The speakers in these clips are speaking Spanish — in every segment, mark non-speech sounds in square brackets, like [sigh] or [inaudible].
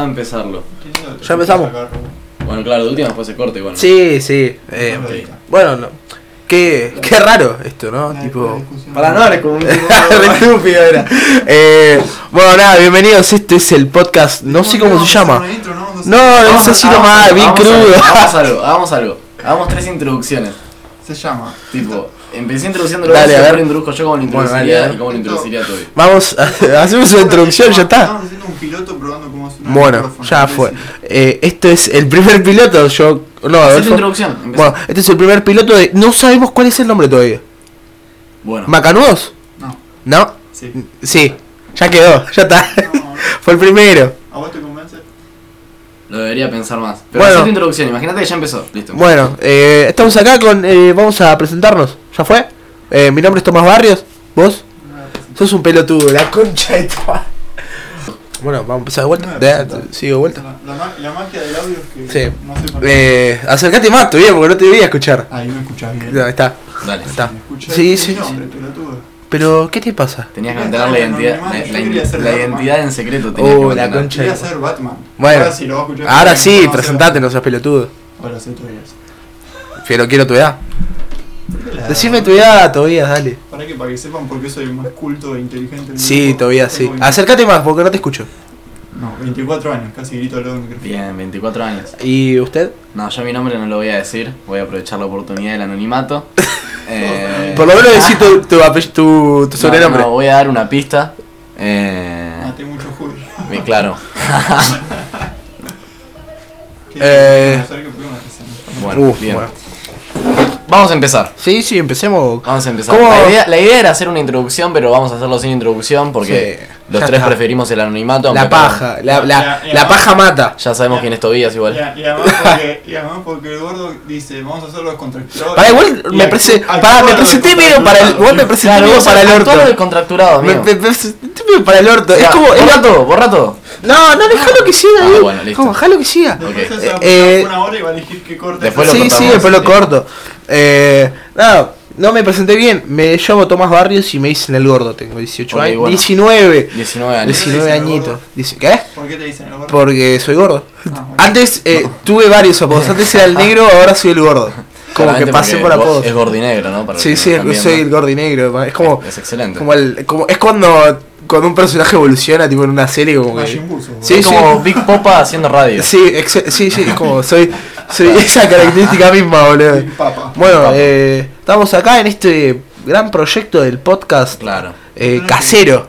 a empezarlo. Ya empezamos. Bueno, claro, de última después se corte, bueno. Sí, sí. eh, bueno, no. qué, qué raro esto, ¿no? tipo. Para no, eres como un tipo- [laughs] Re estúpido era. Eh, bueno, nada, bienvenidos. Este es el podcast. No sé cómo se llama. No, no Vamos a- sé si hagamos nomás, algo, bien hagamos algo, crudo. Hagamos [laughs] algo, hagamos algo. Hagamos tres introducciones. Se llama. Tipo, empecé introduciéndolo Dale, vos, a ver. ahora lo introduzco yo como lo Bueno, introduciría dale, a ver. y como lo introduciría tú. Vamos, a- [laughs] hacemos una introducción, ya está. Estamos haciendo un piloto probando cómo suena el Bueno, micrófono, ya ¿qué fue. decís? Eh, este es el primer piloto. Yo. No, Hacé tu Adolfo. introducción. empezá. Bueno, este es el primer piloto de. No sabemos cuál es el nombre todavía. Bueno, ¿Macanudos? No, ¿No? sí. Sí. Ya quedó, ya está. [laughs] No, Fue el primero. ¿A vos te convence? lo debería pensar más. Pero Bueno. hacé tu introducción, imagínate que ya empezó. Listo. Bueno, eh, estamos acá con. eh, vamos a presentarnos. ¿Ya fue? Eh, mi nombre es Tomás Barrios. ¿Vos? Sos un pelotudo, la concha de tu madre. Bueno, vamos a empezar de vuelta. No, De- presenta. sigo de vuelta. La, la ma- la magia del audio es que Sí. no sé para qué. Eh, acercate más todavía porque no te debería escuchar. Ahí me escuchás bien. No, ahí está, Dale. ahí está. Me escuchás Sí, bien, sí, sí. hombre, pelotudo. Pero, ¿qué te pasa? Tenías que mantener la identidad, la, la- Yo quería ser la Batman. identidad en secreto. Tenías Oh, que la mantener. concha. Quería ser Batman. Bueno. ahora sí, lo vas a escuchar. Ahora Porque sí, no sé- presentate, no seas pelotudo. Ahora sé todavía. Pero quiero tu edad. La- Decime tu edad, todavía, dale. Para que, para que sepan por qué soy más culto e inteligente. del Sí, grupo. todavía sí. Tengo veinte- Acércate más porque no te escucho. No, 24 años, casi grito al lado del micrófono. Bien, 24 años. ¿Y usted? No, yo mi nombre no lo voy a decir. Voy a aprovechar la oportunidad del [laughs] anonimato. Eh, Por lo menos decí tu, tu, ape- tu, tu No, sobrenombre. no, voy a dar una pista. Ah, Eh, Maté mucho [laughs] Julio. bien claro. Que- Eh. saber que fui una persona. Bueno, Uf, bien. bueno. Vamos a empezar. Sí, sí, empecemos. Vamos a empezar. ¿Cómo? La idea, la idea era hacer una introducción, pero vamos a hacerlo sin introducción porque Sí, los ya tres está. preferimos el anonimato. aunque La paja, la, Ya, la, ya. la paja mata. Ya sabemos quién es Tobías Y, igual. a- y además porque, y además porque el gordo dice, vamos a hacerlo contra Para igual me, prese- pará, me presenté bien para el. Vos me presenté bien vos para el actuás orto. de contracturado, Me amigo. me presenté bien para el orto. Es Ya, como. es borra la- todo, borra todo. No, no, dejalo que siga Ah, ahí. bueno, listo. Como, dejalo que siga. Después Ok. se va a Eh, poner una hora y va a elegir qué corte. después lo hacer. Sí, cortamos, sí, después lo sí. corto. Eh, nada, no me presenté bien. Me llamo Tomás Barrios y me dicen el gordo. Tengo 18 Ok, años. bueno. 19. 19 años. 19 dicen el añitos. gordo? Dice, ¿Qué? ¿Por qué te dicen el gordo? Porque soy gordo. Ah, bueno. Antes eh, tuve varios apodos. Antes era el negro, ahora soy [laughs] el gordo. Como que Claramente pasé porque por vos- apodos. Es gordinegro, ¿no? Para Sí, los sí, que nos están soy el viendo. gordinegro. Es como, Es excelente. como, el, como es cuando, cuando un personaje evoluciona, tipo en una serie, como que. Majin Buu, sos vos. Sí, es como Big Popa haciendo radio. Sí, ex- sí, sí, es [laughs] como soy, soy esa característica misma, boludo. Big Papa. Bueno, Papa. eh, estamos acá en este gran proyecto del podcast Claro. eh, casero.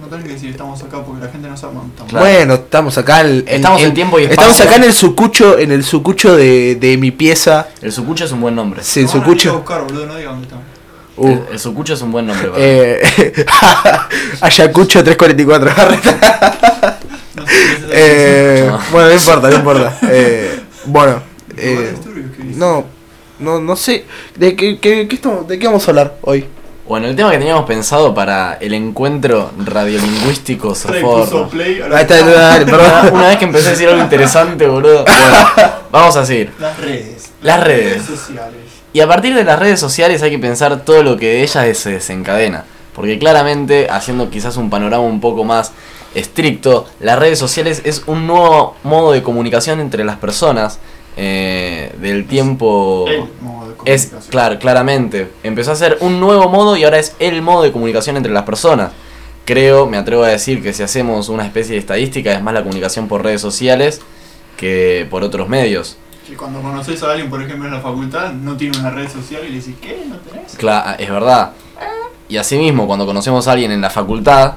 No tenés que decir estamos acá porque la gente no sabe dónde estamos. Claro. Bueno, estamos acá en, en- Estamos en tiempo y Estamos espacio. acá en el sucucho, en el sucucho de, de mi pieza. El Sucucho es un buen nombre. Sí, el No van a ir a sucucho. buscar, boludo, no digan dónde estamos. Uh, El, el Sucucho es un buen nombre. para- eh, [laughs] Ayacucho 344. No sé qué es esa Eh, No. Bueno, [laughs] no importa, no importa. Eh, bueno, canción. Igual eh, disturbios que dicen. no, no, no sé. ¿De qué, qué- qué estamos- ¿De qué vamos a hablar hoy? Bueno, el tema que teníamos pensado para el encuentro radiolingüístico Trae, puso Sofor. play a la- Ahí está, dale, Una, perdón. [laughs] una vez que empecé a decir algo interesante, boludo. Bueno, vamos a seguir. Las redes. Las redes. sociales. Y a partir de las redes sociales hay que pensar todo lo que de ellas se desencadena. Porque claramente, haciendo quizás un panorama un poco más estricto, las redes sociales es un nuevo modo de comunicación entre las personas eh, del tiempo... El modo de Oh. Es, comunicación. claro, claramente. Empezó a ser un nuevo modo y ahora es el modo de comunicación entre las personas. Creo, me atrevo a decir que si hacemos una especie de estadística, es más la comunicación por redes sociales que por otros medios. Que cuando conoces a alguien, por ejemplo, en la facultad, no tiene una red social y le decís, ¿qué? ¿No tenés? Cla- ah, es verdad. Y asimismo, cuando conocemos a alguien en la facultad,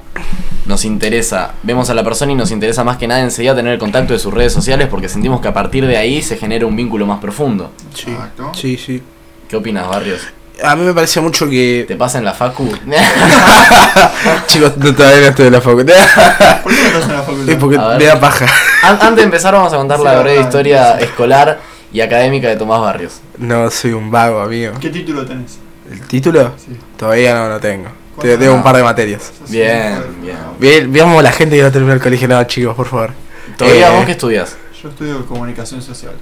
nos interesa, vemos a la persona y nos interesa más que nada enseguida tener el contacto de sus redes sociales porque sentimos que a partir de ahí se genera un vínculo más profundo. Sí, Exacto. sí, sí. ¿Qué opinas, Barrios? A mí me parece mucho que. ¿Te pasa en la facu? [laughs] Chicos, no, todavía no estoy en la [laughs] facultad. ¿Por qué no estás en la facultad? Es porque A ver. me da paja. An- antes de empezar vamos a contar Sí, la la breve verdad, historia sí. escolar y académica de Tomás Barrios. No, soy un vago, amigo. ¿Qué título tenés? ¿El título? Sí. Todavía no lo tengo. ¿Cuánto? Te- Tengo un par de materias. Sos Bien, un hijo de- bien. Bien, veamos a la gente que no terminó el colegio. No, chicos, por favor. Todavía Eh. vos que estudias. Yo estudio comunicación social.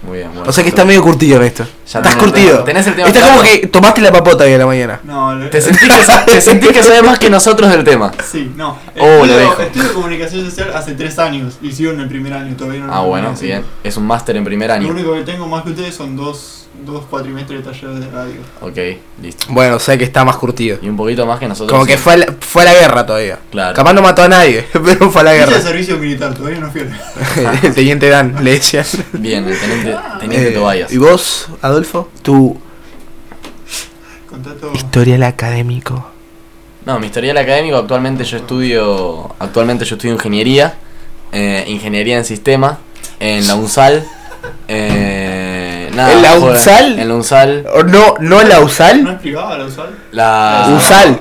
Muy bien, bueno. O sea que estás medio curtido en esto. Ya estás tenés- curtido. tenés el tema Está claro. como que tomaste la papota hoy en la mañana. No, le- Te sentís que, te sentís que sabes más que nosotros del tema. Sí, no. Oh, lo estudio, dejo. estudio comunicación social hace tres años y sigo en el primer año, todavía no Ah, bueno, sí. bien. Es un máster en primer Lo año. único que tengo más que ustedes son dos, dos cuatrimestres de talleres de radio. Ok, listo. Bueno, o sea que está más curtido. Y un poquito más que nosotros. Como que fue a la, fue a la guerra todavía. Claro. Capaz no mató a nadie, [laughs] pero fue a la Hice guerra. servicio militar, todavía no fui al... [laughs] [laughs] El teniente Dan, le decían. Bien, el teniente, teniente Eh, Tobias. ¿Y vos, Adolfo? Tu Contrato... historial académico. No, mi historial académico actualmente yo estudio. Actualmente yo estudio ingeniería. eh, ingeniería en sistema. En la UNSAL. eh, nada, ¿En la joder, UNSAL? En la UNSAL. O Oh, no, no la ¿No usal. es privada la USAL? La. Usal.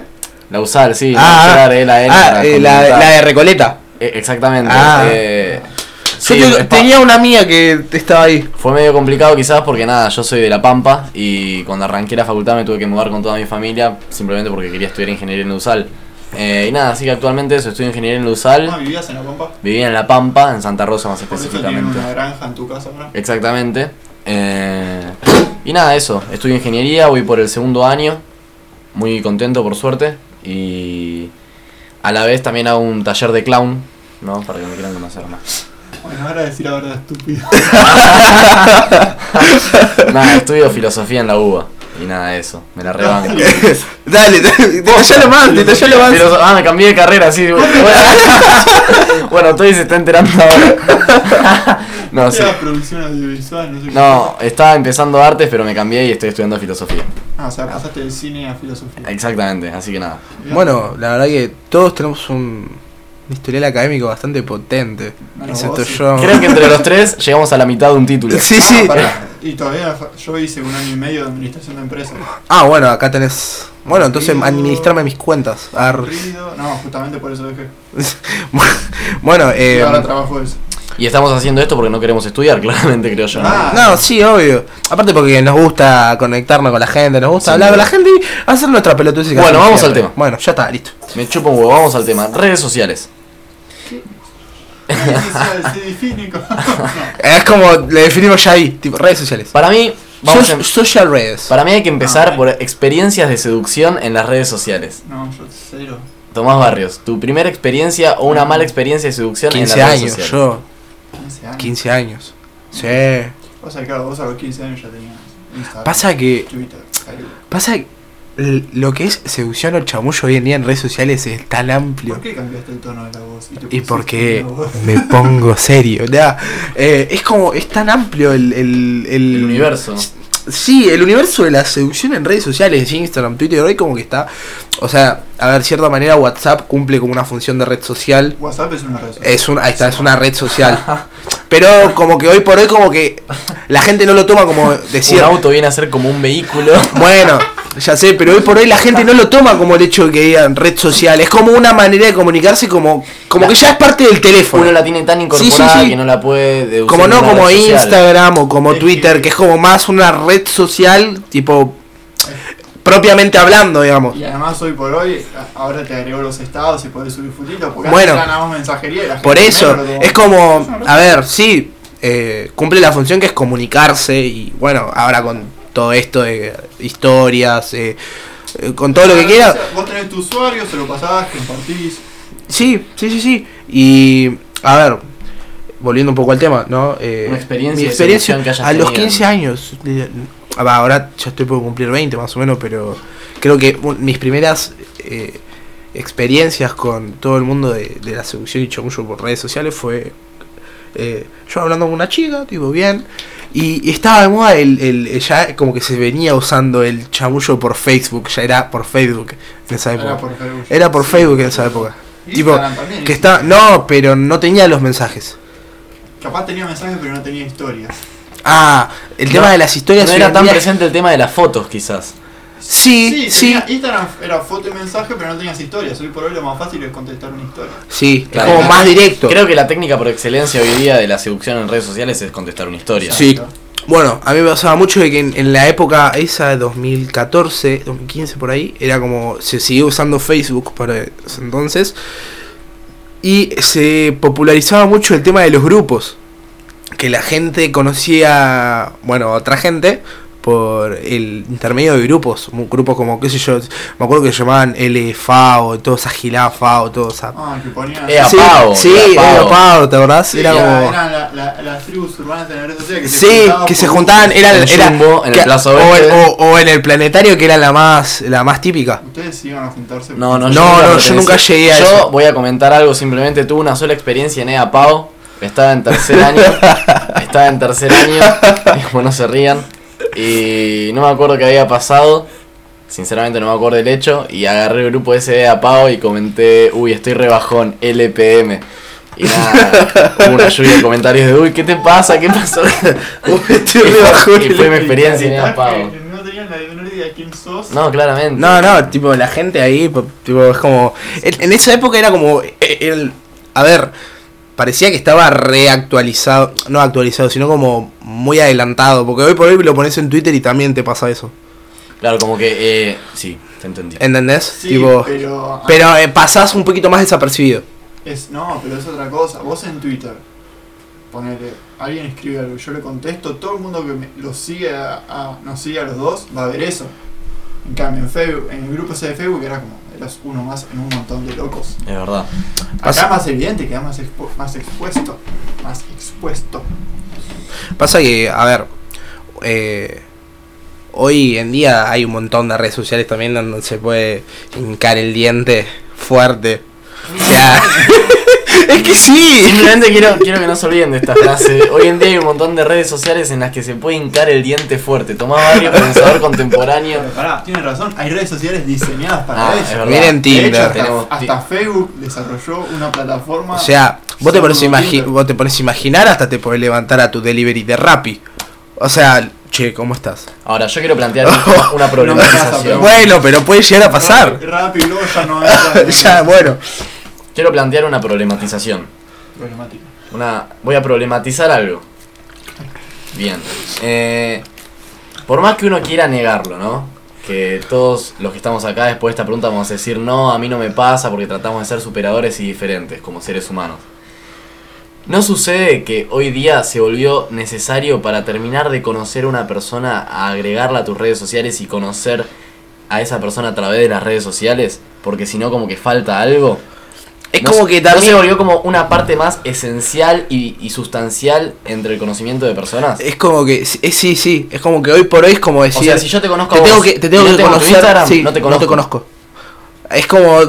La USAL, sí. Ah, la, UNSAL, eh, Ah, la N Ah, para eh, la, comunicar. la de Recoleta. Eh, Exactamente. Ah. eh, Yo sí, te- es pa- tenía una mía que [laughs] estaba ahí. Fue medio complicado quizás porque nada, yo soy de La Pampa y cuando arranqué la facultad me tuve que mudar con toda mi familia simplemente porque quería estudiar ingeniería en la USAL. Eh, y nada, así que actualmente eso, estudio ingeniería en la Ah, USAL, vivías en la Pampa. vivía en La Pampa, en Santa Rosa más Por eso tienen específicamente. una granja en tu casa ahora. Exactamente. Eh, y nada, eso, estudio ingeniería, voy por el segundo año, muy contento por suerte y a la vez también hago un taller de clown, ¿no? Para que me quieran conocer más. [laughs] Bueno, ahora decir la verdad estúpida. Nada, estudio filosofía en la UBA. Y nada, eso. Me la rebanco. Dale, [laughs] detallalo más, detallalo más. Filoso- ah, me cambié de carrera, [laughs] sí. Bueno, bueno Toby se está enterando ahora. [laughs] no, sí. [laughs] Era producción audiovisual, no sé qué. No, estaba empezando artes, pero me cambié y estoy estudiando filosofía. Ah, o sea, pasaste de cine a filosofía. Exactamente, así que nada. Mirá, Bueno, la verdad que todos tenemos un historial académico bastante potente. Bueno, Excepto vos sí. yo. Creo que entre los tres llegamos a la mitad de un título. Sí, Ah, sí. pará. Y todavía fa- yo hice un año y medio de administración de empresas. Ah, bueno, acá tenés. Bueno, entonces Río. administrame mis cuentas. Ar- Aburrido. No, justamente por eso dejé. Bueno, Y eh. ahora trabajo [laughs] eso. Y estamos haciendo esto porque no queremos estudiar, [laughs] claramente, creo yo. ¿no? Ah. No, sí, obvio. Aparte porque nos gusta conectarnos con la gente, nos gusta Sin hablar con duda. la gente y hacer nuestra pelotudez. que Bueno, hacemos vamos siempre. al tema. Bueno, ya está, listo. Me chupa un huevo, vamos al tema. Redes sociales. Redes sociales, Ah, se define como- No. Es como le definimos ya ahí, tipo redes sociales. Para mí, vamos Soc- a- Social redes. Para mí hay que empezar Ah, por experiencias de seducción en las redes sociales. [laughs] No, yo cero. Tomás Barrios, tu primera experiencia o una mala experiencia de seducción en 15 las redes años, sociales. yo. 15 años. 15 años. Sí. O sea, claro, vos a los 15 años ya tenías Instagram, Pasa que. Twitter, Facebook. Pasa que l- lo que es seducción o chamullo hoy en día en redes sociales es tan amplio. ¿Por qué cambiaste el tono de la voz? te Y pusiste porque una voz? [laughs] me pongo serio. ya. Eh, es como, es tan amplio el, el, el- El universo. Sí, el universo de la seducción en redes sociales, Instagram, Twitter, hoy como que está. O sea, a ver, cierta manera WhatsApp cumple como una función de red social. WhatsApp es una red social. Es una, ahí está, es una [laughs] red social. Pero como que hoy por hoy como que la gente no lo toma como decir. Un auto viene a ser como un [laughs] vehículo. Bueno, ya sé, pero hoy por hoy la gente no lo toma como el hecho de que digan red social. Es como una manera de comunicarse como, como que ya es parte del teléfono. Uno la tiene tan incorporada sí, sí. que no la puede deducir. Como de no una como red social. Instagram o como Es que- Twitter, que es como más una red social, tipo propiamente hablando, digamos. Y además hoy por hoy, a- ahora te agregó los estados y podés subir fotitos, porque Bueno. antes era nada más mensajería y la gente Por eso, menos lo tomaba. es como, a ver, sí, eh, cumple la función que es comunicarse y bueno, ahora con todo esto de historias, eh, eh, con todo lo que O quieras, sea, Vos tenés tu usuario, se lo pasás, compartís. Sí, sí, sí, sí. Y, a ver, volviendo un poco al tema, ¿no? Eh, Una experiencia mi de experiencia seducción que hayas a los tenido. 15 años. eh, ah, va, ahora ya estoy por cumplir 20 más o menos, pero creo que un- mis primeras eh, experiencias con todo el mundo de, de la seducción y mucho por redes sociales fue eh, yo hablando con una chica, tipo, bien. Y, y estaba de moda el, el- ya como que se venía usando el chamullo por Facebook, ya era por Facebook en esa época. Era por Facebook. Era por Sí. Facebook en esa época. Y tipo, Instagram también. Que está. No, pero no tenía los mensajes. Capaz tenía mensajes pero no tenía historias. Ah, el No, tema de las historias. No hoy era en tan día- presente el tema de las fotos, quizás. Sí, sí. tenía- Instagram era foto y mensaje, pero no tenías historias. Hoy por hoy lo más fácil es contestar una historia. Sí, es Claro. como más directo. Creo que la técnica por excelencia hoy día de la seducción en redes sociales es contestar una historia. Sí. Bueno, a mí me pasaba mucho de que en, en la época esa de 2014, 2015 por ahí, era como se siguió usando Facebook para ese entonces y se popularizaba mucho el tema de los grupos. que la gente conocía, bueno, otra gente por el intermedio de grupos, mu- grupos como, qué sé yo, me acuerdo que se llamaban LFAO, toda esa gilada FAO, todo esa... Ah, que ponían. Era sí, Pau, sí, era Pau. era Pau, ¿te acordás? Sí, era que como... eran la- la- las tribus urbanas de la red social que se Sí, juntaban. que se por- juntaban, era, En era- Jumbo, en el que- Plaza o, Oeste. o- o en el planetario que era la más la [laughs] más típica. Ustedes iban a juntarse. No, no, No, no, yo pertenecí. nunca llegué a Yo eso. voy a comentar algo, simplemente tuve una sola experiencia en EA Pau. Estaba en tercer [laughs] año. estaba en tercer año. [laughs] Bueno, no se rían. Y no me acuerdo qué había pasado. Sinceramente no me acuerdo del hecho. Y agarré el grupo ese de EA Pau y comenté, uy, estoy rebajón, LPM. Y [laughs] nada, hubo una lluvia de comentarios de, uy, ¿qué te pasa? ¿Qué pasó? Uy, estoy Y fue- rebajo y fue el- mi experiencia en Ah, EA Pau. que No tenían la menor idea de quién sos. No, claramente. No, no, tipo la gente ahí, po- tipo es como en, en esa época era como eh, el a ver, parecía que estaba reactualizado, no actualizado, sino como muy adelantado, porque hoy por hoy lo pones en Twitter y también te pasa eso. Claro, como que, eh, sí, te entendí. ¿Entendés? Sí, tipo pero. ah, pero eh, pasás un poquito más desapercibido. Es, no, pero es otra cosa. Vos en Twitter, ponele, alguien escribe algo, yo le contesto, todo el mundo que me, lo sigue a, a- nos sigue a los dos va a ver eso. En cambio, en, Facebook, en el grupo ese de Facebook era como, eras uno más en un montón de locos. Es verdad. Acá Pasa- es más evidente, queda más, expu- más expuesto. Más expuesto. Pasa que, a ver, eh, hoy en día hay un montón de redes sociales también donde se puede hincar el diente fuerte. O sea, [laughs] es que sí. Simplemente quiero, quiero que no se olviden de esta frase. Hoy en día hay un montón de redes sociales en las que se puede hincar el diente fuerte. Tomás Barrio, pensador contemporáneo. Pero pará, tienes razón, hay redes sociales diseñadas para Ah, es eso. verdad. Miren De hecho, Tinder. hasta, Tenemos hasta Facebook desarrolló una plataforma. O sea, vos te, Solo pones a imagi- Tinder. vos te pones a imaginar hasta te podés levantar a tu delivery de Rappi. O sea, che, ¿cómo estás? Ahora, yo quiero plantear una- una No me problematización. hagas Bueno, pero puede llegar a pasar. [laughs] Rápido, luego ya no es ya, bueno. Quiero plantear una problematización. problemática. Una, voy a problematizar algo. Bien. Eh, por más que uno quiera negarlo, ¿no? Que todos los que estamos acá después de esta pregunta vamos a decir, no, a mí no me pasa porque tratamos de ser superadores y diferentes como seres humanos. ¿No sucede que hoy día se volvió necesario para terminar de conocer a una persona, a agregarla a tus redes sociales y conocer a esa persona a través de las redes sociales? Porque si no, como que falta algo. Es No como se- que no también... se volvió como una parte más esencial y, y sustancial entre el conocimiento de personas. Es como que... Es, sí, sí. Es como que hoy por hoy es como o decir... sea, si yo te conozco Te a tengo vos que, te y tengo no que tu conocer. Instagram, sí, no te conozco. Es como.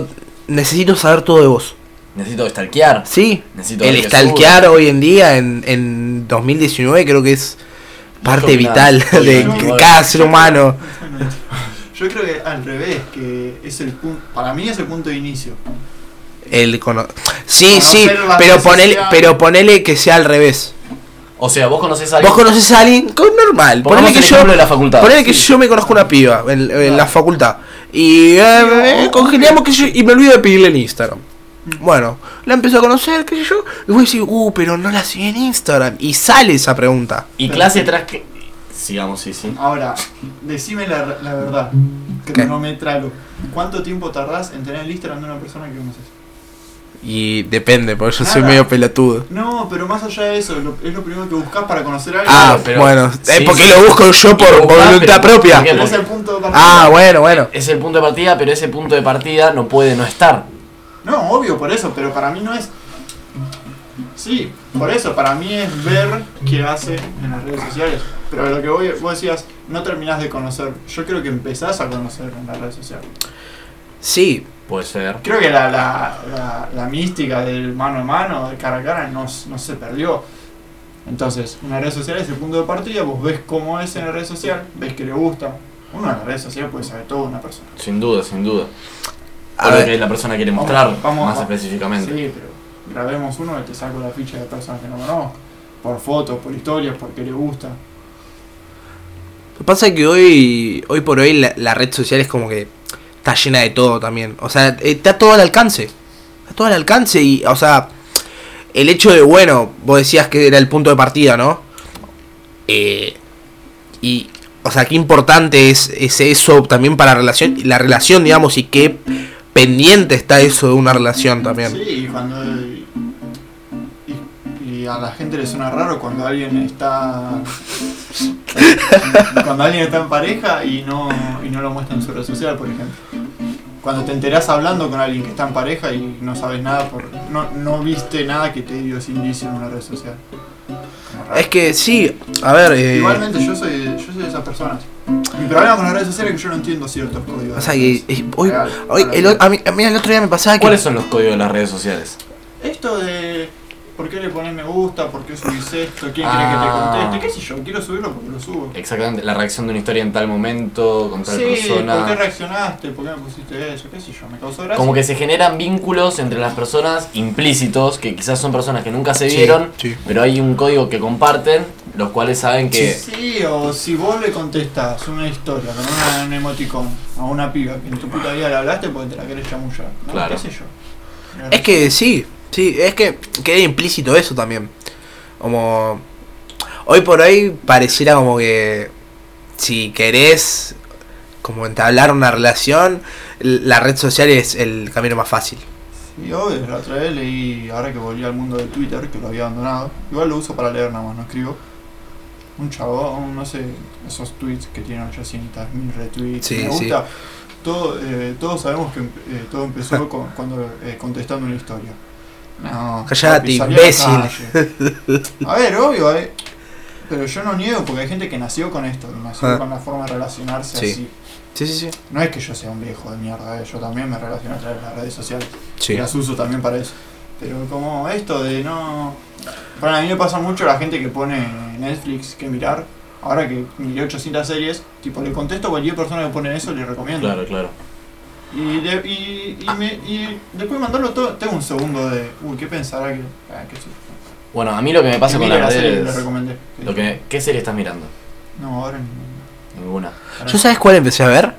Necesito saber todo de vos. Necesito stalkear. Sí. Necesito el ver qué stalkear hoy en día, en, en 2019, creo que es parte Yo, nada, vital soy de un animal. cada Ah, ser humano. Yo creo que al revés, que es el punto. Para mí es el punto de inicio. El cono- Sí, Conocer sí, las pero redes ponele, sociales. pero ponele que sea al revés. O sea, vos conocés a alguien. Vos conoces a alguien con normal. Pongamos Ponele que el yo. ejemplo de la facultad. Ponele que yo me conozco una piba en, en la facultad. Y eh, eh, congeniamos que yo. Y me olvido de pedirle el Instagram. Mm. Bueno, la empiezo a conocer, qué sé yo. Y voy a decir, uh, pero no la sigue en Instagram. Y sale esa pregunta. Y clase tras que. Sigamos, sí, sí. Ahora, decime la, la verdad. Cronometralo. ¿Cuánto tiempo tardás en tener el Instagram de una persona que conoces? Y depende, porque yo soy Nada. medio pelotudo. No, pero más allá de eso, lo- es lo primero que buscas para conocer a alguien. Ah, pero- bueno, sí, es porque sí. lo busco yo por, Lo por buscás, voluntad pero- propia. ¿por qué? Pero es el punto de partida. Ah, bueno, bueno. Es el punto de partida, pero ese punto de partida no puede no estar. No, obvio, por eso, pero para mí no es. Sí, por eso, para mí es ver qué hace en las redes sociales. Pero a lo que voy, vos decías, no terminás de conocer. Yo creo que empezás a conocer en las redes sociales. Sí, Puede ser. Creo que la, la, la, la mística del mano a mano, del cara a cara, no, s- no se perdió. Entonces, una red social es el punto de partida, vos ves cómo es en la red social, ves que le gusta. Uno en la red social puede saber todo de una persona. Sin duda, sin duda. a O lo ver, que la persona quiere Vamos, mostrar, vamos, más vamos. específicamente. Sí, pero grabemos uno y te saco la ficha de personas que no conozco. Por fotos, por historias, porque le gusta. Lo que pasa es que hoy, hoy por hoy la, la red social es como que está llena de todo también. O sea, eh, está todo al alcance. Está todo al alcance y, o sea, el hecho de, bueno, vos decías que era el punto de partida, ¿no? Eh, y, o sea, qué importante es, es eso también para la relación, la relación, digamos, y qué pendiente está eso de una relación también. Sí, y cuando. Y, y a la gente le suena raro cuando alguien está. cuando alguien está en pareja y no, y no lo muestra en su red social, por ejemplo. Cuando te enterás hablando con alguien que está en pareja y no sabes nada, por, no, no viste nada que te dio ese indicio en una red social. Como raro. Es que sí, a ver, eh, Igualmente yo soy, yo soy de esas personas. Mi problema con las redes sociales es que yo no entiendo ciertos códigos. o sea, que, eh, hoy, hoy- el, o- a mí- a mí el otro día me pasaba que... ¿Cuáles son los códigos de las redes sociales? Esto de por qué le pones me gusta, por qué subís esto, quién Ah. quiere que te conteste, qué sé yo, quiero subirlo porque lo subo. Exactamente, la reacción de una historia en tal momento, con tal Sí, ¿por qué persona. reaccionaste? ¿Por qué me pusiste eso? ¿Qué sé yo? ¿Me causó gracia? Como que se generan vínculos entre las personas implícitos, que quizás son personas que nunca se Sí, vieron, sí. pero hay un código que comparten, los cuales saben que... Sí, o si vos le contestás una historia con una- un emoticón a una piba que en tu puta vida le hablaste porque te la querés chamullar. ¿no? Claro. ¿Qué sé yo? Es que sí, sí, es que queda implícito eso también. Como hoy por hoy pareciera como que si querés como entablar una relación, l- la red social es el camino más fácil. Y obvio, la otra vez leí, ahora que volví al mundo de Twitter, que lo había abandonado, igual lo uso para leer nada más, no escribo. Un chabón, no sé, esos tweets que tienen 800.000 retweets, Sí, me sí. gusta. Todo, eh, todos sabemos que em- eh, todo empezó [laughs] con- cuando eh, contestando una historia. No, Callate, papi, salí a la imbécil. calle. A ver, obvio, eh, pero yo no niego porque hay gente que nació con esto, que nació Ah. con la forma de relacionarse Sí. así. Sí, sí, sí. No es que yo sea un viejo de mierda, eh, yo también me relaciono a través de las redes sociales. Y las uso también para eso. Pero como esto de no. Para mí me pasa mucho la gente que pone Netflix que mirar. Ahora que miré 800 series, tipo, le contesto a cualquier persona que pone eso, le recomiendo. Claro, Ah. claro. Y, de- y, y, me, y después de mandarlo todo, tengo un segundo de. Uy, ¿qué pensará que.? Ah, qué sé yo. Bueno, a mí lo que me pasa Que con mire las serie que le redes... recomendé. Lo que, ¿Qué serie estás mirando? No, ahora ni. Ninguna. ahora ¿Yo ni- sabes cuál empecé a ver?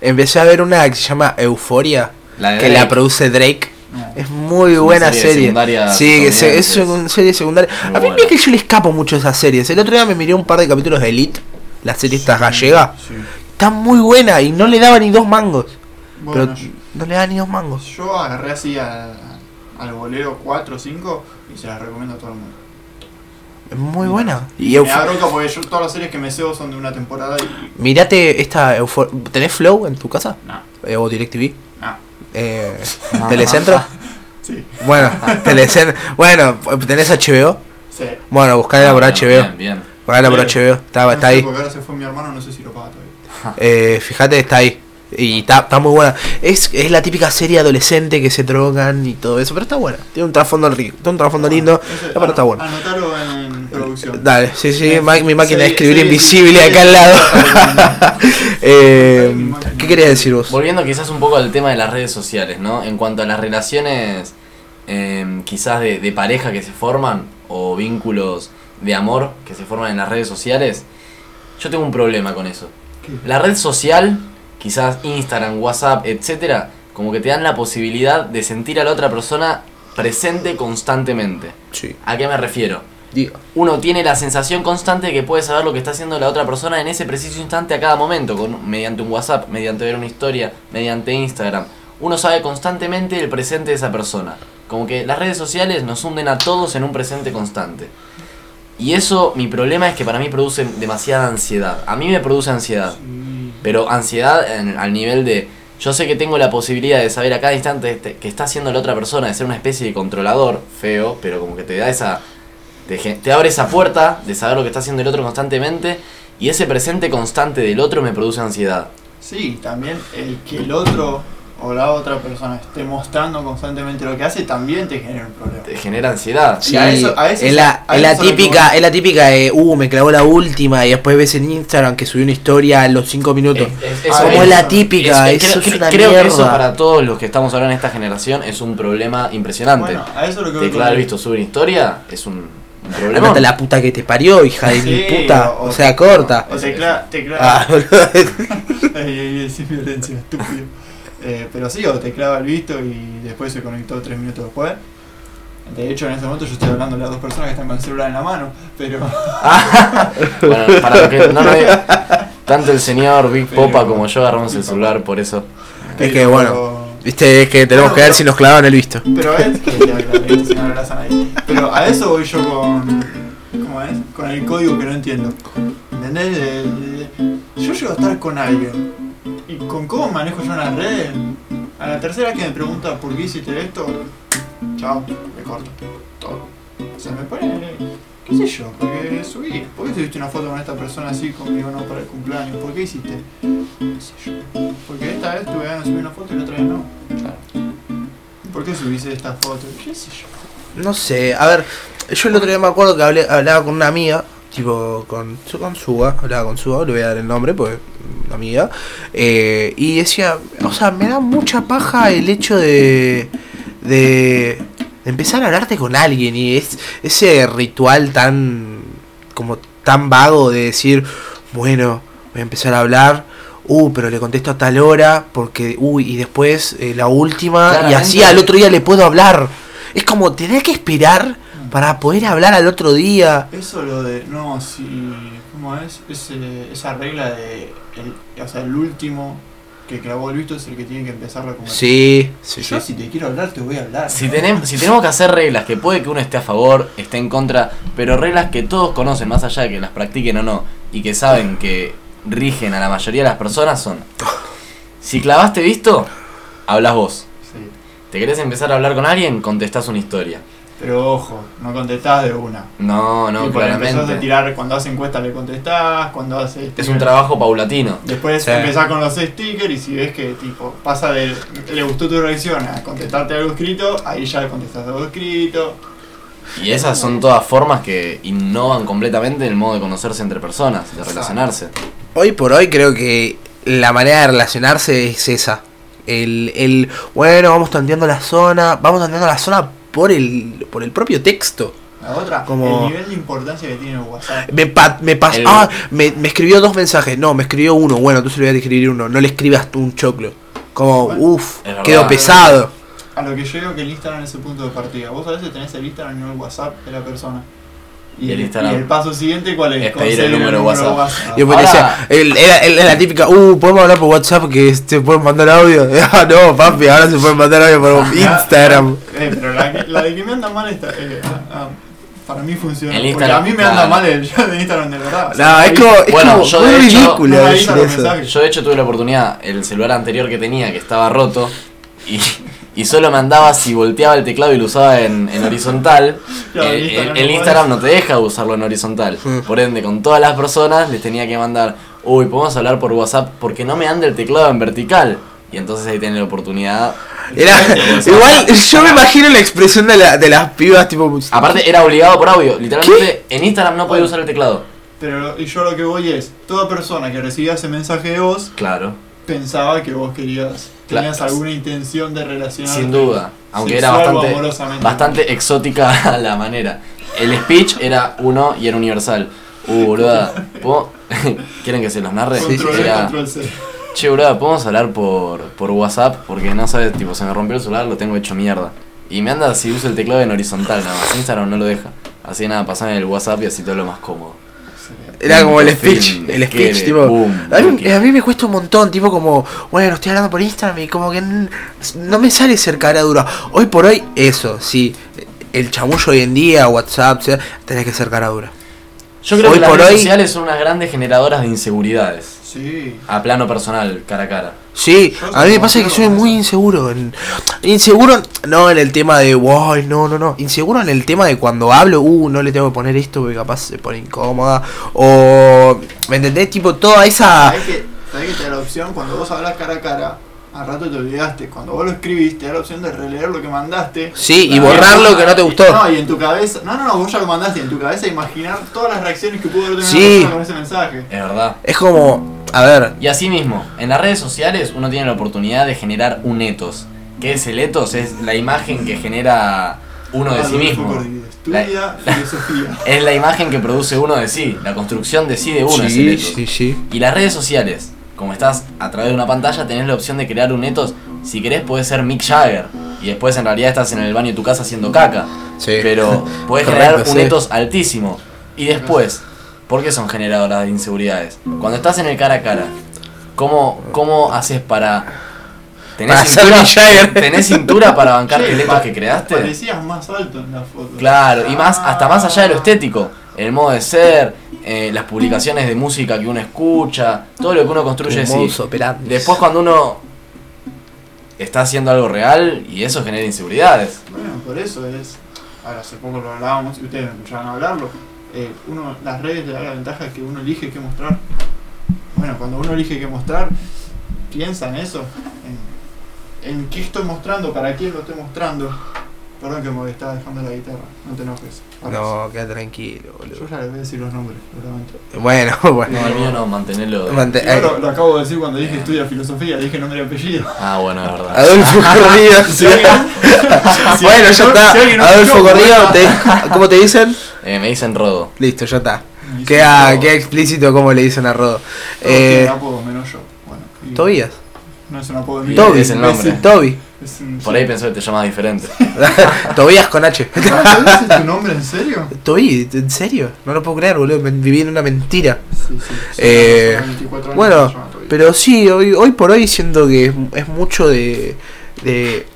Empecé a ver una que se llama Euforia, La de que la Drake, produce Drake. no. Es muy una buena serie serie. secundaria Sí, que se- es estadounidense. una serie secundaria. Muy a mí buena. es que yo le escapo mucho a esas series. El otro día me miré un par de capítulos de Elite, la serie esta gallega. Sí. Está muy buena y no le daba ni dos mangos. Bueno, pero no le daba ni dos mangos. yo, yo agarré así al, al boleo 4 o 5 y se las recomiendo a todo el mundo. Es muy Mira. buena. Y Y me da Eufo- bronca porque yo todas las series que me cebo son de una temporada y. Mirate esta Euforia. ¿Tenés Flow en tu casa? No, Eh, ¿O DirecTV? no. Eh, ¿Telecentro? Sí, Bueno, Telecentro. Bueno, ¿tenés HBO? sí. Bueno, buscadla por Ah, HBO. Bien, bien. Buscadla por Bien. HBO. Ah, Está, está ahí. Porque ahora se fue mi hermano, no sé si lo paga todavía. Eh, fíjate, está ahí. Y está, está muy buena. Es, es la típica serie adolescente que se drogan y todo eso, pero está buena. Tiene un trasfondo rico, tiene un trasfondo Ah, lindo. Ah, Ese- pero está ano- bueno. Eh, Anotalo en producción. Dale, sí, sí, Eh, ma- mi máquina de serie- escribir serie- invisible serie- acá al [laughs] lado. [laughs] Eh, Mi máquina. ¿Qué querías decir vos? Volviendo quizás un poco al tema de las redes sociales, ¿no? En cuanto a las relaciones eh, quizás de, de pareja que se forman o vínculos de amor que se forman en las redes sociales, yo tengo un problema con eso. ¿Qué? La red social, quizás Instagram, WhatsApp, etcétera, como que te dan la posibilidad de sentir a la otra persona presente constantemente. Sí, ¿A qué me refiero? digo. uno tiene la sensación constante de que puede saber lo que está haciendo la otra persona en ese preciso instante a cada momento, con, mediante un WhatsApp, mediante ver una historia, mediante Instagram. Uno sabe constantemente el presente de esa persona. Como que las redes sociales nos hunden a todos en un presente constante. Y eso, mi problema es que para mí produce demasiada ansiedad. A mí me produce ansiedad. Sí. Pero ansiedad en- al nivel de. Yo sé que tengo la posibilidad de saber a cada instante este- que está haciendo la otra persona, de ser una especie de controlador feo, pero como que te da esa. Te, gen- te abre esa puerta de saber lo que está haciendo el otro constantemente. Y ese presente constante del otro me produce ansiedad. [laughs] Sí, también el que el otro o la otra persona esté mostrando constantemente lo que hace también te genera un problema. Te genera ansiedad. Sí, a eso- a eso- es la, a es la eso lo que típica, voy. es la típica de, uh, me clavó la última y después ves en Instagram que subió una historia a los 5 minutos. Es- es- Ah, Eh, eso Como es- es la eso. típica, es- creo eso es una creo que eso mierda. para todos los que estamos ahora en esta generación es un problema impresionante. Bueno, a eso es lo que te voy con claro, el- visto subir historia es un, un problema. Andate a la puta que te parió, hija de mi Sí, puta. O, [laughs] sea, corta. O te cla- te cla- Ah, boludo. [laughs] Ey, ey, ey, sin violencia, estúpido. Eh, pero sí, o te clava el visto y después se conectó tres minutos después. De hecho, en este momento yo estoy hablando de las dos personas que están con el celular en la mano, pero... [laughs] Bueno, para que no lo vea, Tanto el señor Big Pero- Popa como yo agarramos el celular por eso. [laughs] Es que, bueno. Viste, es que tenemos Bueno, que ver pero- si nos clavaban el visto. Pero es que ya, claro, esto se me abraza nadie. Pero a eso voy yo con. ¿Cómo es? Con el código que no entiendo. ¿Entendés? El- yo llego a estar con alguien. Y con cómo manejo yo una red. A la tercera que me pregunta por qué hiciste esto. Chao, me corto. Todo. Se me pone. ¿Qué sé yo? ¿Por qué subí? ¿Por qué subiste una foto con esta persona así conmigo no para el cumpleaños? ¿Por qué hiciste? ¿Qué sé yo? Porque esta vez tuve ganas de subir una foto y la otra vez no. Claro. ¿Por qué subiste esta foto? ¿Qué sé yo? No sé, a ver, yo el otro día me acuerdo que hablé- hablaba con una amiga, tipo con, su- con Suga, hablaba con Suga, le voy a dar el nombre, pues una amiga, eh, y decía, o sea, me da mucha paja el hecho de, de, de empezar a hablarte con alguien y es ese ritual tan, como tan vago de decir, bueno, voy a empezar a hablar. Uh, pero le contesto a tal hora porque, uy, y después eh, la última, y así Claramente. al otro día le puedo hablar. Es como tener que esperar para poder hablar al otro día. Eso lo de. No, si. ¿Cómo es? Ese- esa regla de. El, o sea, el último que clavó el visto es el que tiene que empezar la conversación. Sí, sí, Yo, si te quiero hablar, te voy a hablar. Si tenemos, si tenemos que hacer reglas que puede que uno esté a favor, esté en contra, pero reglas que todos conocen, más allá de que las practiquen o no, y que saben que rigen a la mayoría de las personas, son: si clavaste visto, hablas vos. Sí. ¿Te querés empezar a hablar con alguien? Contestás una historia. Pero ojo, no contestás de una. No, no, Tipo, le empezás a claramente. tirar cuando hace encuestas le contestás, cuando hace. Es un trabajo paulatino. Después Sí. empezás con los stickers y si ves que tipo pasa de le gustó tu reacción a contestarte algo escrito, ahí ya le contestás algo escrito. Y esas son todas formas que innovan completamente el modo de conocerse entre personas, de relacionarse. Hoy por hoy creo que la manera de relacionarse es esa. El, el bueno, vamos tanteando la zona, vamos tanteando la zona por el, por el propio texto. La otra, Como- el nivel de importancia que tiene el WhatsApp. Me, pa- me pas- El- ah, me, me escribió dos mensajes. No, me escribió uno. Bueno, tú se lo voy a escribir uno. No le escribas tú un choclo. Como, Bueno, uff, es quedó verdad. pesado. A lo que yo digo que el Instagram es el punto de partida. Vos a veces tenés el Instagram y no el WhatsApp de la persona. Y el Instagram. y el paso siguiente, ¿cuál es? Es pedir el Conceder número de WhatsApp. Y después Ahora- decía, el- era, el- era la típica, uh, podemos hablar por WhatsApp que se pueden mandar audio. [laughs] Ah, no, papi, ahora se pueden mandar audio por Instagram. Ah, Eh, pero la, que- la de que me anda mal está. eh, ah, ah, para mí funciona. El porque Instagram, a mí me anda claro. mal el el Instagram de verdad. O sea, No, es ahí- como, es Bueno, como yo muy de hecho- ridículo no, ahí decir está el eso. mensaje. Yo de hecho tuve la oportunidad, el celular anterior que tenía, que estaba roto, y, y solo mandaba si volteaba el teclado y lo usaba en, en horizontal, [laughs] Claro, el, el- el Instagram el no Instagram no te deja usarlo en horizontal. Mm. Por ende, con todas las personas les tenía que mandar, uy, podemos hablar por WhatsApp porque no me anda el teclado en vertical. Y entonces ahí tienen la oportunidad. Era, igual, yo me imagino la expresión de, la- de las pibas, tipo, Aparte, era obligado por audio. Literalmente, en Instagram no podía usar el teclado. Pero yo lo que voy es, toda persona que recibía ese mensaje de vos Claro. pensaba que vos querías, tenías Claro. alguna intención de relacionar. Sin duda, aunque era sexual o bastante, amorosamente. bastante exótica [laughs] la manera. El speech era uno y era universal. Uh, boluda, ¿puedo- [laughs] ¿quieren que se los narre? Sí, sí, Control sí. E, Era, control C. che, boluda, ¿podemos hablar por, por WhatsApp? Porque no sabes, tipo, se me rompió el celular, lo tengo hecho mierda. Y me anda si uso el teclado en horizontal nada más. Instagram no lo deja. Así que nada, pasame el WhatsApp y así todo lo más cómodo. era como el Fin, speech, el esquele, speech, tipo. boom, A mí, bloqueo. a mí me cuesta un montón, tipo como, bueno, estoy hablando por Instagram y como que n- no me sale ser cara dura. Hoy por hoy, eso, sí. El chamullo hoy en día, WhatsApp, o sea, tenés que ser cara dura. Yo creo Hoy que las por redes hoy- sociales son unas grandes generadoras de inseguridades. Sí. A plano personal, cara a cara. Sí, Yo a mí soy me pasa que muy soy bueno. muy inseguro. en- inseguro, no en el tema de, wow, no, no, no. Inseguro en el tema de cuando hablo, uh, no le tengo que poner esto porque capaz se pone incómoda. O, ¿me entendés? Tipo, toda esa... Sabés que, sabés que te da la opción cuando vos hablas cara a cara, al rato te olvidaste. Cuando vos lo escribiste, te da la opción de releer lo que mandaste. Sí, y Ah, borrar y- lo que no te gustó. No, y en tu cabeza. No, no, no, vos ya lo mandaste. Y en tu cabeza imaginar todas las reacciones que pudo haber tenido Sí. una persona con ese mensaje. Es verdad. Es como, a ver, Y así mismo, en las redes sociales uno tiene la oportunidad de generar un etos. ¿Qué es el etos? Es la imagen que genera uno de sí Adolfo mismo. Cordillo, Estudia filosofía. Es la imagen que produce uno de sí, la construcción de sí de uno es el sí, etos. sí, sí. Y las redes sociales, como estás a través de una pantalla, tenés la opción de crear un etos. Si querés, puedes ser Mick Jagger. Y después, en realidad, estás en el baño de tu casa haciendo caca. Sí. [laughs] Pero puedes Correcto, generar un sí. etos altísimo. Y después, ¿por qué son generadoras de inseguridades? Cuando estás en el cara a cara, ¿cómo, cómo haces para Para ¿Tenés, ser cintura, Mick Jagger. ¿Tenés cintura para bancar [laughs] Che, piletos pa- que creaste? Parecías más alto en la foto. Claro, y más hasta más allá de Ah. lo estético. El modo de ser, eh, las publicaciones de música que uno escucha, todo lo que uno construye. Tu sí. modus operandi. Después cuando uno está haciendo algo real y eso genera inseguridades. Bueno, por eso es. Ahora hace poco lo hablábamos y ustedes me escuchaban hablarlo. eh, uno, las redes le dan la ventaja que uno elige qué mostrar. Bueno, cuando uno elige qué mostrar, piensa en eso. En, en qué estoy mostrando, para quién lo estoy mostrando. Perdón que me estaba dejando la guitarra, no te enojes. Ahora No, queda tranquilo, sí. Yo boludo. ya les voy a decir los nombres, seguramente. Bueno, [laughs] No, bueno. el mío no, mantenerlo. Mante- Yo lo, lo acabo de decir cuando dije estudia filosofía, dije nombre y apellido. [laughs] Ah, bueno, es verdad. [laughs] Adolfo Corrido. Si alguien- si bueno, alguien ya no- está. si alguien no Adolfo escuchó, Corrido, bueno. te- ¿cómo te dicen? Eh, me dicen rodo. Listo, ya está. Y Queda, si- queda explícito cómo le dicen a Rodo. Todos Eh, tienen apodos, menos yo. Bueno, y- Tobías. No es un apodo mío. Toby. Toby. Es el nombre. Toby. Es un- Por ahí pensó que te llamabas diferente. [laughs] Tobías con H. ¿Ese es tu nombre en serio? [laughs] Toby, ¿en serio? No lo puedo creer, boludo. me- Viví en una mentira. Sí, sí. Eh, Son 24 años, bueno, se llama Toby. Pero sí, hoy, hoy por hoy siento que es, es mucho de, de-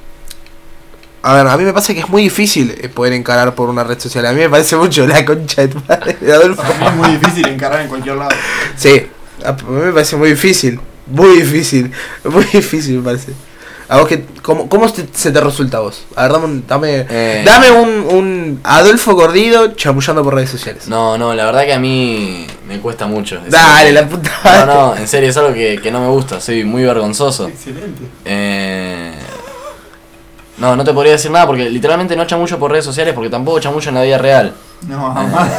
A ver, a mí me pasa que es muy difícil eh, poder encarar por una red social. A mí me parece mucho la concha de tu madre, [laughs] de Adolfo. Para mí es muy difícil encarar en cualquier lado. Sí, a a mí me parece muy difícil. Muy difícil. [laughs] Muy difícil me parece. A vos que... ¿Cómo, cómo se, se te resulta a vos? A ver, dame un... Dame, Eh, dame un, un Adolfo Cordido chamullando por redes sociales. No, no, la verdad que a mí me cuesta mucho. Es Dale, algo la puta que- madre. No, no, en serio, es algo que, que no me gusta. Soy muy vergonzoso. Excelente. Eh, No, no te podría decir nada porque literalmente no chamullo por redes sociales porque tampoco chamullo en la vida real. Eh, No, jamás.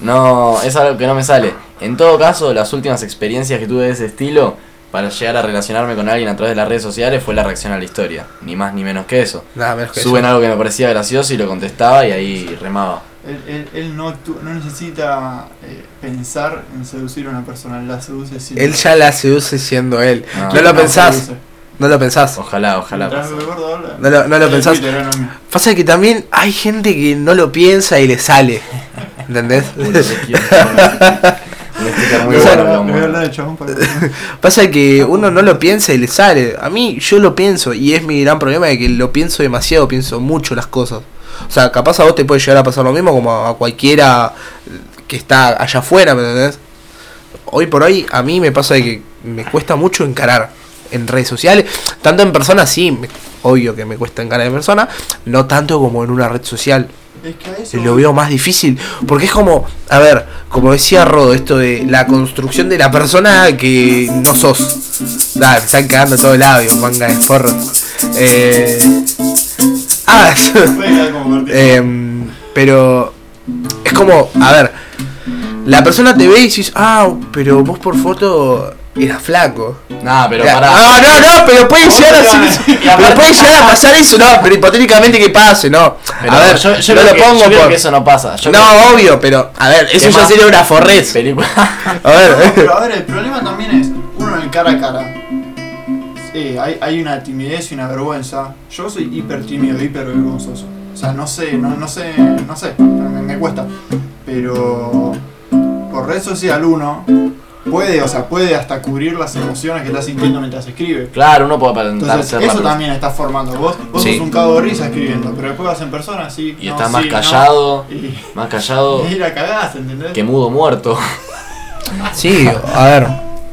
No, es algo que no me sale. En todo caso, las últimas experiencias que tuve de ese estilo para llegar a relacionarme con alguien a través de las redes sociales fue la reacción a la historia. Ni más ni menos que eso. Nada, menos que eso. Suben algo que me parecía gracioso y lo contestaba y ahí remaba. Él, él- él no, actú- no necesita eh, pensar en seducir a una persona, él la seduce sin. Él ya la seduce siendo él. No, No lo la pensás. seduce. No lo pensás. Ojalá, ojalá. Mientras pase. el gordo habla, No lo, no lo el pensás. Twitter era lo mismo. Pasa que también hay gente que no lo piensa y le sale. [laughs] ¿Entendés? Uy, lo que quiero, no. Un sticker muy Voy a bueno, hablar- pero voy a bueno. hablar de chabón [laughs] para que- Pasa que uno no lo piensa y le sale. A mí yo lo pienso y es mi gran problema de que lo pienso demasiado, pienso mucho las cosas. O sea, capaz a vos te puede llegar a pasar lo mismo como a a cualquiera que está allá afuera, ¿me entendés? Hoy por hoy a mí me pasa de que me cuesta mucho encarar en redes sociales. Tanto en persona sí, me- obvio que me cuesta encarar en persona, no tanto como en una red social. Es que a eso. Lo veo más difícil, porque es como, a ver, como decía Rodo, esto de la construcción de la persona que no sos. Da, me están cagando todo el labio, manga de forro. Eh, ah, [laughs] Puede quedar como Martín. em, pero es como, a ver, la persona te ve y dices, ah, pero vos por foto eras flaco. Nah, pero Era- pará. No, no, no, [laughs] pero puede llegar a ser eso. Y aparte- Pero puede [laughs] llegar a pasar eso, no, pero hipotéticamente que pase, no. Pero a ver, yo, yo no creo lo que, pongo yo creo por- que eso no pasa. Yo no, creo que- obvio, pero a ver, eso Tema- ya sería una forrez. Película. [laughs] A No, ver, pero a ver, el problema también es, uno en el cara a cara. Eh, hay, hay una timidez y una vergüenza. Yo soy hiper tímido, hiper vergonzoso. O sea, no sé, no, no sé, no sé, me, me cuesta. Pero por red social uno puede, o sea, puede hasta cubrir las emociones que está sintiendo mientras escribe. Claro, uno puede aparentar Entonces, ser eso la- también está formando. Vos, vos Sí. sos un cago de risa escribiendo, pero después vas en persona, sí. Y no, está más sí, no. callado, Y, más callado y la cagás, ¿entendés? que mudo muerto. sí, a ver,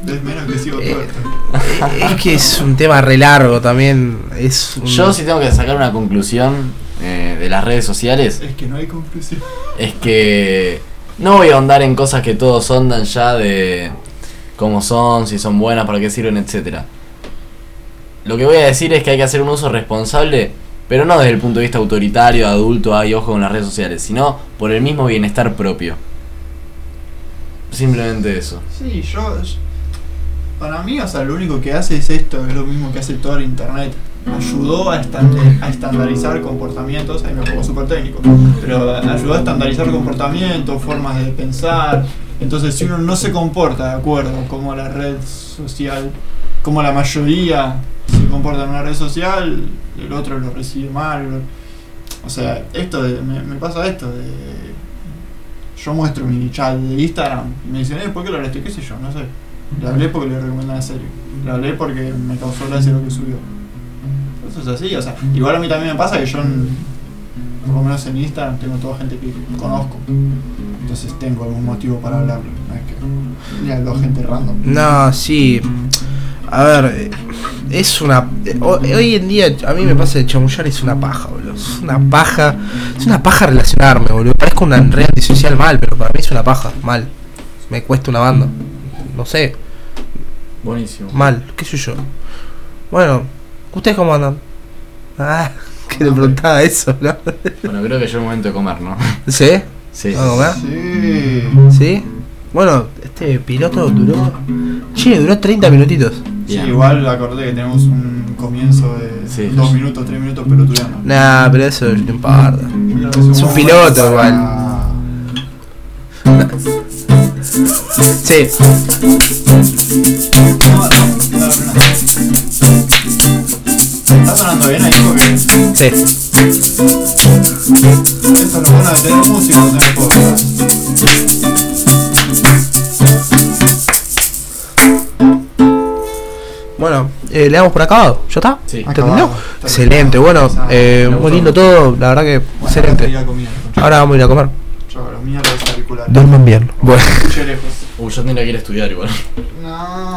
Es menos que sigo Eh, tuerto. es que es un tema re largo también, es un- Yo si tengo que sacar una conclusión eh, de las redes sociales Es que no hay conclusión. es que no voy a ahondar en cosas que todos ondan ya de cómo son, si son buenas, para qué sirven, etcétera. Lo que voy a decir es que hay que hacer un uso responsable, pero no desde el punto de vista autoritario, adulto, hay ojo con las redes sociales, sino por el mismo bienestar propio. Simplemente eso. Sí, yo, yo- Para mí, o sea, lo único que hace es esto, es lo mismo que hace todo el internet. Ayudó a, estande- a estandarizar comportamientos, ahí me pongo súper técnico, pero ayudó a estandarizar comportamientos, formas de pensar. Entonces, si uno no se comporta de acuerdo como la red social, como la mayoría se comporta en una red social, el otro lo recibe mal. O sea, esto de- me, me pasa esto de yo muestro mi chat de Instagram y me dicen, eh, ¿por qué lo hablaste? ¿Qué sé yo? No sé. La hablé porque le recomendé la serie. La hablé porque me causó gracia lo que subió. Eso es así, o sea, igual a mí también me pasa que yo, en- por lo menos en Instagram, tengo toda gente que conozco. Entonces tengo algún motivo para hablarle. No es que le hablo a gente random. No, sí. A ver, eh, es una. eh, ho- Hoy en día, a mí me pasa de chamullar, es una paja, boludo. Es una paja. Es una paja relacionarme, boludo. Parezco una red antisocial mal, pero para mí es una paja, mal. Me cuesta una banda. No sé, Buenísimo. mal, qué sé yo. Bueno, ¿ustedes cómo andan? Ah, [laughs] que le preguntaba eso, ¿no? Bueno, creo que ya es momento de comer, ¿no? ¿Sí? Sí. Ah, bueno. Sí. ¿Sí? Bueno, este piloto duró. Che, duró 30 minutitos. Sí, Bien. igual acordé que tenemos un comienzo de Sí. dos minutos, tres minutos, pero tú ya no. Nah, pero eso es un pardo. Es un piloto igual. Sí. ¿Está sonando bien ahí? Porque eso Sí. es lo bueno de tener músico, no tener podcast. Bueno, eh, le damos por acabado. ¿Ya está? Sí. ¿Te terminó? Acabado. Excelente, bueno, Exacto. eh, Me muy gustó. lindo todo, la verdad que Bueno, ahora te voy excelente. a comer, concha. Ahora vamos a ir a comer. Yo, los mierdas auriculares. Duerman bien. Bueno. Escuché lejos. Uh, yo tendría que ir a estudiar igual. No.